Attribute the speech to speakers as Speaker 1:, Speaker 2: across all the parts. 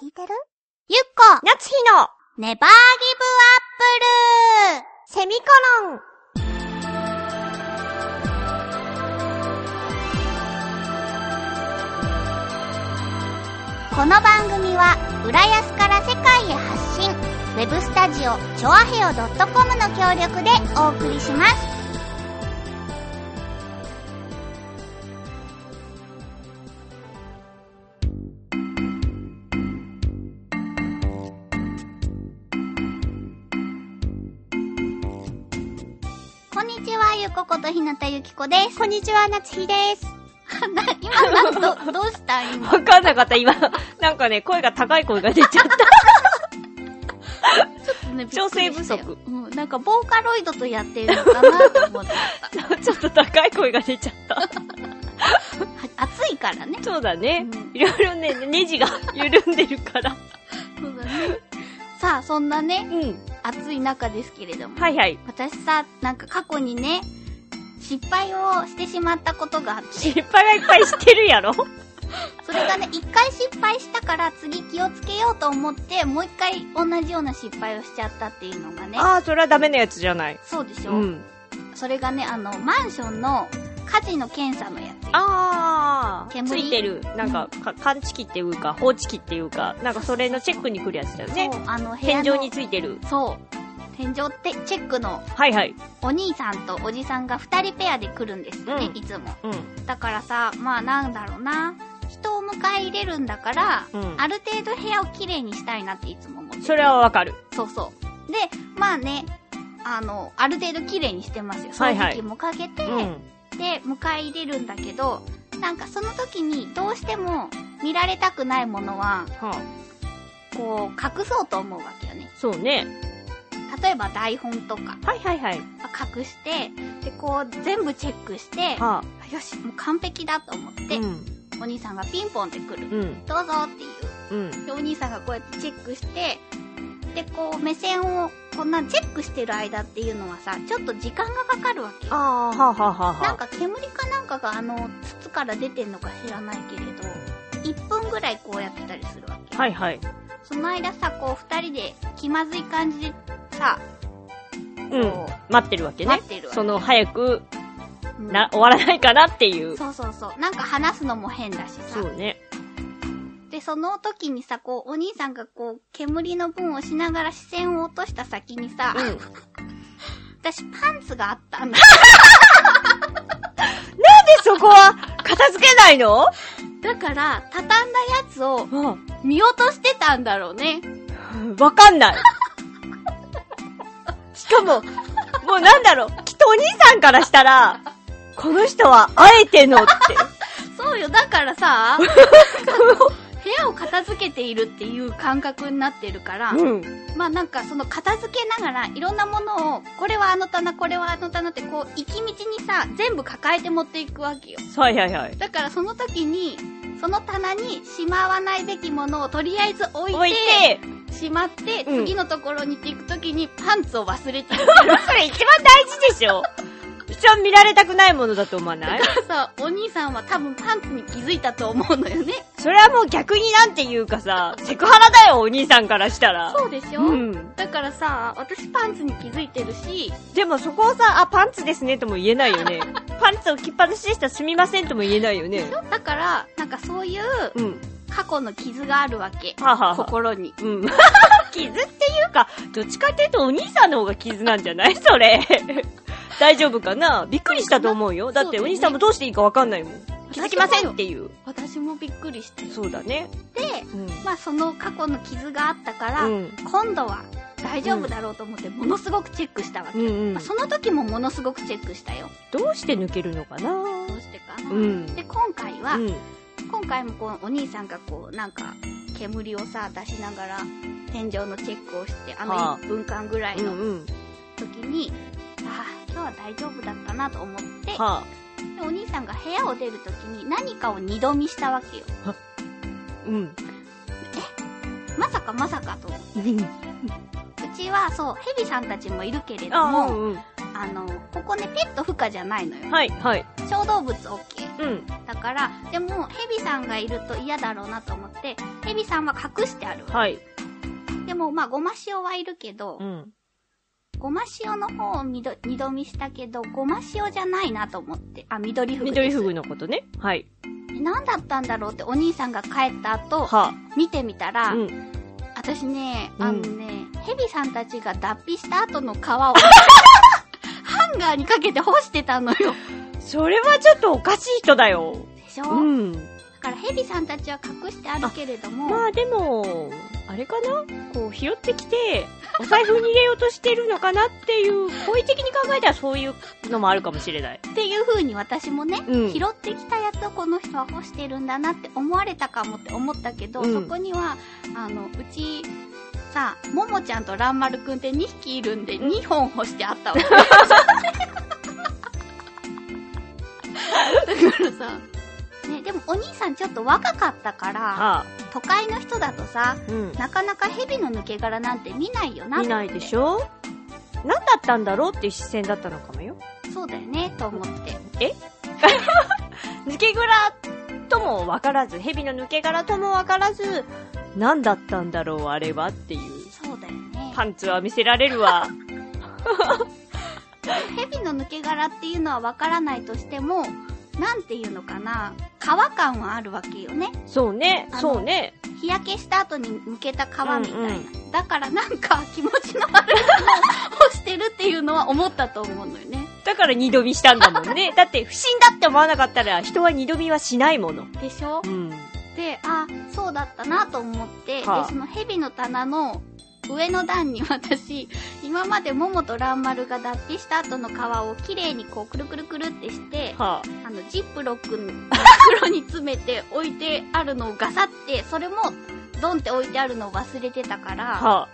Speaker 1: 聞いてるゆっこ
Speaker 2: 夏日の
Speaker 1: ネバーギブアップルセミコロンこの番組は浦安から世界へ発信ウェブスタジオチョアヘオ .com の協力でお送りしますこんにちはゆこことひなたゆきこです
Speaker 2: こんにちは、夏日です。
Speaker 1: な今なんどどうした今
Speaker 2: わかんなかった、今。なんかね、声が高い声が出ちゃった。
Speaker 1: ね
Speaker 2: 調整不足
Speaker 1: びっくりしたようん、なんかボーカロイドとやってるのかなと思ってたは
Speaker 2: ちょっと高い声が出ちゃった。
Speaker 1: 暑いからね
Speaker 2: そうだね
Speaker 1: うん。
Speaker 2: いろいろね、ネジが 緩んでるから。
Speaker 1: そうだねさあそんなね
Speaker 2: うん。
Speaker 1: 暑い中ですけれども、
Speaker 2: はいはい。
Speaker 1: 私さなんか過去にね失敗をしてしまったことがあって
Speaker 2: 失敗はいっぱいしてるやろ
Speaker 1: それがね一回失敗したから次気をつけようと思ってもう一回同じような失敗をしちゃったっていうのがね
Speaker 2: ああ、それはダメなやつじゃない。
Speaker 1: そうでしょ、
Speaker 2: うん。
Speaker 1: それがねあのマンションの火事の検査のやつ
Speaker 2: ああ、
Speaker 1: 煙
Speaker 2: ついてる。なんか、か感知器っていうか、放置器っていうか、なんかそれのチェックに来るやつだよね
Speaker 1: そ。うあの部屋
Speaker 2: 天
Speaker 1: の
Speaker 2: 井についてる。
Speaker 1: そう。天井ってチェックの
Speaker 2: はいはい。
Speaker 1: お兄さんとおじさんが二人ペアで来るんですよね、
Speaker 2: うん
Speaker 1: いつも。
Speaker 2: うん。
Speaker 1: だからさ、まあなんだろうな。人を迎え入れるんだから、
Speaker 2: うん
Speaker 1: ある程度部屋をきれいにしたいなっていつも思ってて
Speaker 2: それはわかる。
Speaker 1: そうそう。で、まあね、あの、ある程度きれいにしてますよ。
Speaker 2: はい
Speaker 1: 掃
Speaker 2: はい
Speaker 1: 除機もかけて、
Speaker 2: うん。
Speaker 1: で、迎え入れるんだけど、なんかその時にどうしても見られたくないものは、
Speaker 2: はあ、
Speaker 1: こう、隠そうと思うわけよね。
Speaker 2: そうね。
Speaker 1: 例えば台本とか。
Speaker 2: はいはいはい。
Speaker 1: 隠してでこう全部チェックして
Speaker 2: はあ。
Speaker 1: よしもう完璧だと思って、
Speaker 2: うん。
Speaker 1: お兄さんがピンポンって来る、
Speaker 2: うん。
Speaker 1: どうぞっていう
Speaker 2: うん。
Speaker 1: でお兄さんがこうやってチェックしてでこう目線をこんなチェックしてる間っていうのはさちょっと時間がかかるわけよ
Speaker 2: ああ、はあはあはあはあ。
Speaker 1: なんか煙かなんかがあの筒から出てんのか知らないけれど1分ぐらいこうやってたりするわけ、
Speaker 2: はいはい。
Speaker 1: その間さこう2人で気まずい感じでさ
Speaker 2: う
Speaker 1: そ
Speaker 2: ん。待ってるわけね
Speaker 1: 待。ってるわけ
Speaker 2: その、早く、
Speaker 1: うん
Speaker 2: な、終わらないかなっていう。
Speaker 1: そうそうそうなんか話すのも変だしさ
Speaker 2: そうね。
Speaker 1: で、その時にさ、こう、お兄さんがこう、煙の分をしながら視線を落とした先にさ、
Speaker 2: うん。
Speaker 1: 私パンツがあったんだ。
Speaker 2: で、そこは、片付けないの
Speaker 1: だから、畳んだやつを
Speaker 2: うん。
Speaker 1: 見落としてたんだろうね。
Speaker 2: わかんない。 しかも、もうなんだろう、きっとお兄さんからしたら、この人はあえてのって。
Speaker 1: そうよ、だから さ、部屋を片付けているっていう感覚になってるから、
Speaker 2: うん。
Speaker 1: まあなんかその片付けながらいろんなものを、これはあの棚、これはあの棚ってこう、行き道にさ、全部抱えて持っていくわけよ。
Speaker 2: はいはいはい。
Speaker 1: だからその時に、その棚にしまわないべきものをとりあえず置いて、
Speaker 2: 置いて、
Speaker 1: しまって、
Speaker 2: うん
Speaker 1: 次のところに行くときにパンツを忘れてる
Speaker 2: それ一番大事でしょ。一番見られたくないものだと思わない
Speaker 1: からさ、お兄さんは多分パンツに気づいたと思うのよね。
Speaker 2: それはもう逆になんていうかさ、セクハラだよ、お兄さんからしたら。
Speaker 1: そうでしょ、
Speaker 2: うん。
Speaker 1: だからさ、私パンツに気づいてるし、
Speaker 2: でもそこをさ、あ、パンツですねとも言えないよ ね。パンツを着っぱなしでしたらすみませんとも言えないよね。
Speaker 1: だから、なんかそういう
Speaker 2: うん。
Speaker 1: 過去の傷があるわけ。
Speaker 2: はあ、はあはあ、
Speaker 1: 心に。
Speaker 2: うん。 傷っていうか、どっちかっていうとお兄さんの方が傷なんじゃない それ。大丈夫かなびっくりしたと思うよ。だって
Speaker 1: そうだね
Speaker 2: お兄さんもどうしていいかわかんないもん。気づきませんっていう。
Speaker 1: 私もびっくりして。
Speaker 2: そうだね。
Speaker 1: で、
Speaker 2: うん。
Speaker 1: まあその過去の傷があったから、
Speaker 2: うん。
Speaker 1: 今度は大丈夫だろうと思ってものすごくチェックしたわけ。
Speaker 2: うんうん
Speaker 1: まあ、その時もものすごくチェックしたよ。
Speaker 2: どうして抜けるのかな
Speaker 1: どうしてか。
Speaker 2: うん。
Speaker 1: で、今回は、
Speaker 2: うん。
Speaker 1: 今回もこうお兄さんがこうなんか煙をさ出しながら天井のチェックをしてあの
Speaker 2: はあ
Speaker 1: 1分間ぐらいうの
Speaker 2: んうん。
Speaker 1: 時に、ああ今日は大丈夫だったなと思って、
Speaker 2: はあ。
Speaker 1: でお兄さんが部屋を出る時に何かを二度見したわけよ
Speaker 2: うん。
Speaker 1: まさかまさかと思ってうちはそうヘビさんたちもいるけれど
Speaker 2: ああ、
Speaker 1: も
Speaker 2: うん。
Speaker 1: あの、ここね、ペット不可じゃないのよ。
Speaker 2: はい、はい。
Speaker 1: 小動物 OK。
Speaker 2: うん。
Speaker 1: だから、でも、ヘビさんがいると嫌だろうなと思って、ヘビさんは隠してあるわ。
Speaker 2: はい。
Speaker 1: でも、まあ、ごま塩はいるけど
Speaker 2: う、ん。
Speaker 1: ごま塩の方を二度二度見したけど、ごま塩じゃないなと思って、あ、緑ふぐで
Speaker 2: 緑
Speaker 1: す。
Speaker 2: フグのことね。はい。
Speaker 1: え何だったんだろうってお兄さんが帰った後、
Speaker 2: は
Speaker 1: 見てみたら、
Speaker 2: あ。うん。
Speaker 1: 私ね、
Speaker 2: うん
Speaker 1: あのね、ヘビさんたちが脱皮した後 の皮を、ハンガーにかけて干してたのよ。
Speaker 2: それはちょっとおかしい人だよ。
Speaker 1: でしょ、
Speaker 2: うん。
Speaker 1: だからヘビさんたちは隠してあるけれども、
Speaker 2: まあでも、あれかなこう拾ってきて、お財布に入れようとしてるのかなっていう、好意的に考えたらそういうのもあるかもしれない。
Speaker 1: っていう風に私もね、
Speaker 2: うん
Speaker 1: 拾ってきたやつをこの人は干してるんだなって思われたかもって思ったけど、
Speaker 2: う
Speaker 1: そ
Speaker 2: ん
Speaker 1: こには、あの、うち、さももちゃんとらんまるくんって2匹いるんで、
Speaker 2: うん
Speaker 1: 2本干してあ ったわ。だからさ、ね、でもお兄さんちょっと若かったから、
Speaker 2: ああ。
Speaker 1: 都会の人だとさ、
Speaker 2: うん。
Speaker 1: なかなか蛇の抜け殻なんて見ないよな
Speaker 2: 見ないでし
Speaker 1: ょ
Speaker 2: ょ何だったんだろうっていう視線だったのかもよ。
Speaker 1: そうだよね、と思って。
Speaker 2: 抜け殻とも分からず、蛇の抜け殻とも分からず、何だったんだろう、あれはっていう。
Speaker 1: そうだよね。
Speaker 2: パンツは見せられるわ。
Speaker 1: 蛇の抜け殻っていうのはわからないとしても、なんていうのかな、皮感はあるわけよね。
Speaker 2: そうね、
Speaker 1: あの
Speaker 2: そうね。
Speaker 1: 日焼けした後に抜けた皮みたいな。
Speaker 2: うんう
Speaker 1: だからなんか気持ちの悪いのをしてるっていうのは思ったと思うのよね。
Speaker 2: だから二度見したんだもん ね。だって不審だって思わなかったら人は二度見はしないもの。
Speaker 1: でしょ
Speaker 2: うん。
Speaker 1: で、あ、そうだったなと思って、
Speaker 2: はあ
Speaker 1: で、その蛇の棚の上の段に私、今まで桃と蘭丸が脱皮した後の皮をきれいにこうくるくるくるってして、
Speaker 2: は
Speaker 1: あの、ジップロックの 袋に詰めて置いてあるのをガサって、それもドンって置いてあるのを忘れてたか
Speaker 2: あ、
Speaker 1: ら、
Speaker 2: は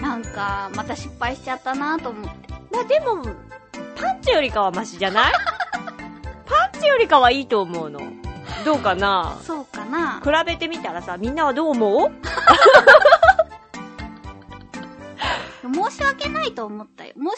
Speaker 2: あ。
Speaker 1: なんか、また失敗しちゃったなと思って。
Speaker 2: まあでも、パンツよりかはマシじゃない パンツよりかはいいと思うの。どうかな
Speaker 1: そうかな
Speaker 2: 比べてみたらさ、みんなはどう思う
Speaker 1: 申し訳ないと思ったよ。申し訳な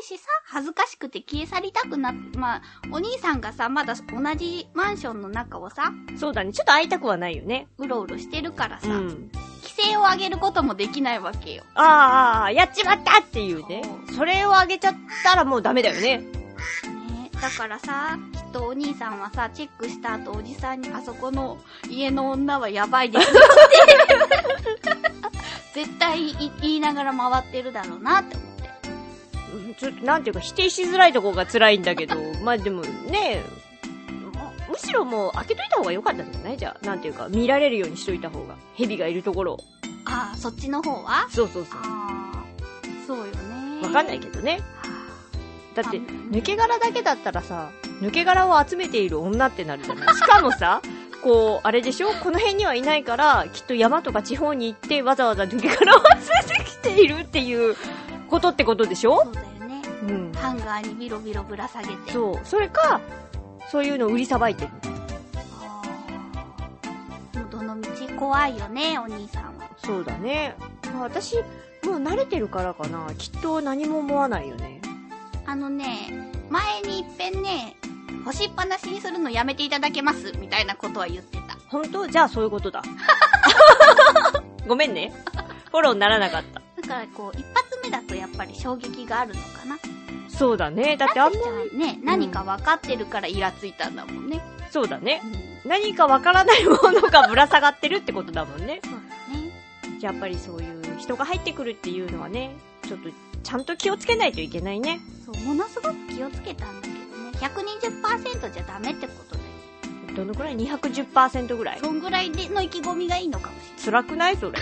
Speaker 1: いしさ、恥ずかしくて消え去りたくなって、まあ、お兄さんがさ、まだ同じマンションの中をさ、
Speaker 2: そうだね。ちょっと会いたくはないよね。
Speaker 1: うろうろしてるからさ、
Speaker 2: うん。
Speaker 1: 規制を上げることもできないわけよ。
Speaker 2: ああああ、やっちまったっていうね。それをあげちゃったらもうダメだよね。
Speaker 1: ねだからさ、きっとお兄さんはさ、チェックした後おじさんにあそこの家の女はやばいですよって。 絶対い言いながら回ってるだろうなって思って。
Speaker 2: うんちょっとなんていうか否定しづらいとこが辛いんだけど、まあでもね、むむしろもう開けといた方が良かったんじゃないじゃあ、なんていうか見られるようにしといた方が。蛇がいるところを。
Speaker 1: ああ、そっちの方は
Speaker 2: そうそうそう。
Speaker 1: ああ、そうよね。
Speaker 2: わかんないけどね。だって
Speaker 1: あ、うん
Speaker 2: 抜け殻だけだったらさ、抜け殻を集めている女ってなるじゃないしかもさ、こう、あれでしょこの辺にはいないから、きっと山とか地方に行ってわざわざ抜け殻を集めてきているっていうことってことでしょ
Speaker 1: そうだよね。
Speaker 2: うん。
Speaker 1: ハンガーにビロビロぶら下げて。
Speaker 2: そう。それか、そういうのを売りさばいてる。
Speaker 1: ああもうどの道怖いよね、お兄さんは。
Speaker 2: そうだね。まあ私、もう慣れてるからかな。きっと何も思わないよね。
Speaker 1: あのね、前にいっぺんね、干しっぱなしにするのやめていただけますみたいなことは言ってた。
Speaker 2: 本当じゃあそういうことだ。 ごめんね。フォローにならなかった。
Speaker 1: だからこう、一発目だとやっぱり衝撃があるのかな。
Speaker 2: そうだね。だって
Speaker 1: だ
Speaker 2: あ
Speaker 1: っ
Speaker 2: ん
Speaker 1: て
Speaker 2: ま
Speaker 1: ちゃんね、何か分かってるからイラついたんだもんね。
Speaker 2: そうだね。
Speaker 1: うん、
Speaker 2: 何かわからないものがぶら下がってるってことだもんね。
Speaker 1: そうだね。
Speaker 2: やっぱりそういう人が入ってくるっていうのはね、ちょっとちゃんと気をつけないといけないね。
Speaker 1: そう、ものすごく気をつけたんだけどね、120%じゃダメってことだよ。
Speaker 2: どのくらい ?210% ぐらい
Speaker 1: そんぐらいでの意気込みがいいのかもし
Speaker 2: 辛くないそれ。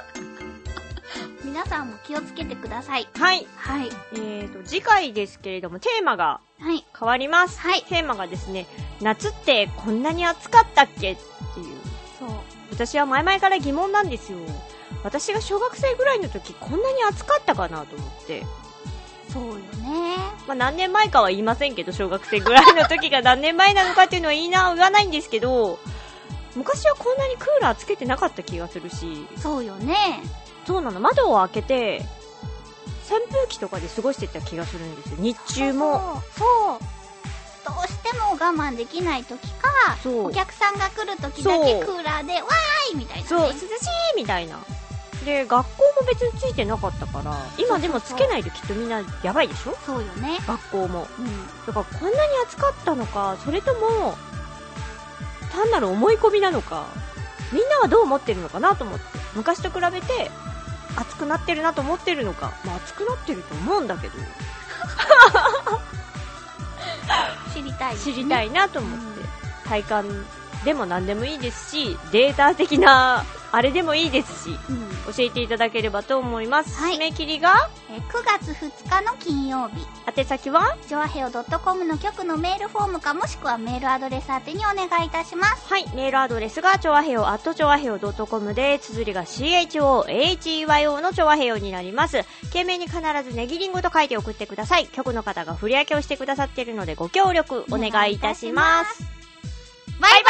Speaker 1: れない。皆さんも気をつけてください。
Speaker 2: はい。
Speaker 1: はい。
Speaker 2: えーと、次回ですけれども、テーマが
Speaker 1: はい。
Speaker 2: 変わります。
Speaker 1: はい
Speaker 2: テーマがですね、夏ってこんなに暑かったっけっていう。
Speaker 1: そう。
Speaker 2: 私は前々から疑問なんですよ。私が小学生ぐらいの時こんなに暑かったかなと思って。
Speaker 1: そうよね。
Speaker 2: まあ何年前かは言いませんけど、小学生ぐらいの時が何年前なのかっていうのは言いな、言わないんですけど、昔はこんなにクーラーつけてなかった気がするし、
Speaker 1: そうよね。
Speaker 2: そうなの、窓を開けて、扇風機とかで過ごしてた気がするんですよ日中も
Speaker 1: そうそうどうしても我慢できない時か
Speaker 2: そう
Speaker 1: お客さんが来る時だけ
Speaker 2: そう
Speaker 1: クーラーでわーいみたいなね
Speaker 2: そう涼しいみたいなで学校も別についてなかったから今でもつけないときっとみんなやばいでしょ
Speaker 1: そうよね
Speaker 2: 学校も
Speaker 1: うん
Speaker 2: だからこんなに暑かったのかそれとも単なる思い込みなのかみんなはどう思ってるのかなと思って昔と比べて暑くなってるなと思ってるのか、まあ、暑くなってると思うんだけど
Speaker 1: 知りたい、
Speaker 2: 知りた
Speaker 1: い
Speaker 2: いなと思って、
Speaker 1: うん
Speaker 2: 体感でも何でもいいですしデータ的なあれでもいいですし
Speaker 1: うん
Speaker 2: 教えていただければと思います、
Speaker 1: はい
Speaker 2: 締め切りが
Speaker 1: えー9月2日の金曜日
Speaker 2: 宛先は
Speaker 1: ジョアヘオ .com の局のメールフォームかもしくはメールアドレス宛てにお願いいたします
Speaker 2: はい、メールアドレスが、ちょわへよ、アットちょわへよ .com で、綴りが CHOHEYO のちょわへよになります。件名に必ずネギリンゴと書いて送ってください。局の方が振り分けをしてくださっているので、ご協力お願いいたします。
Speaker 1: バイバイ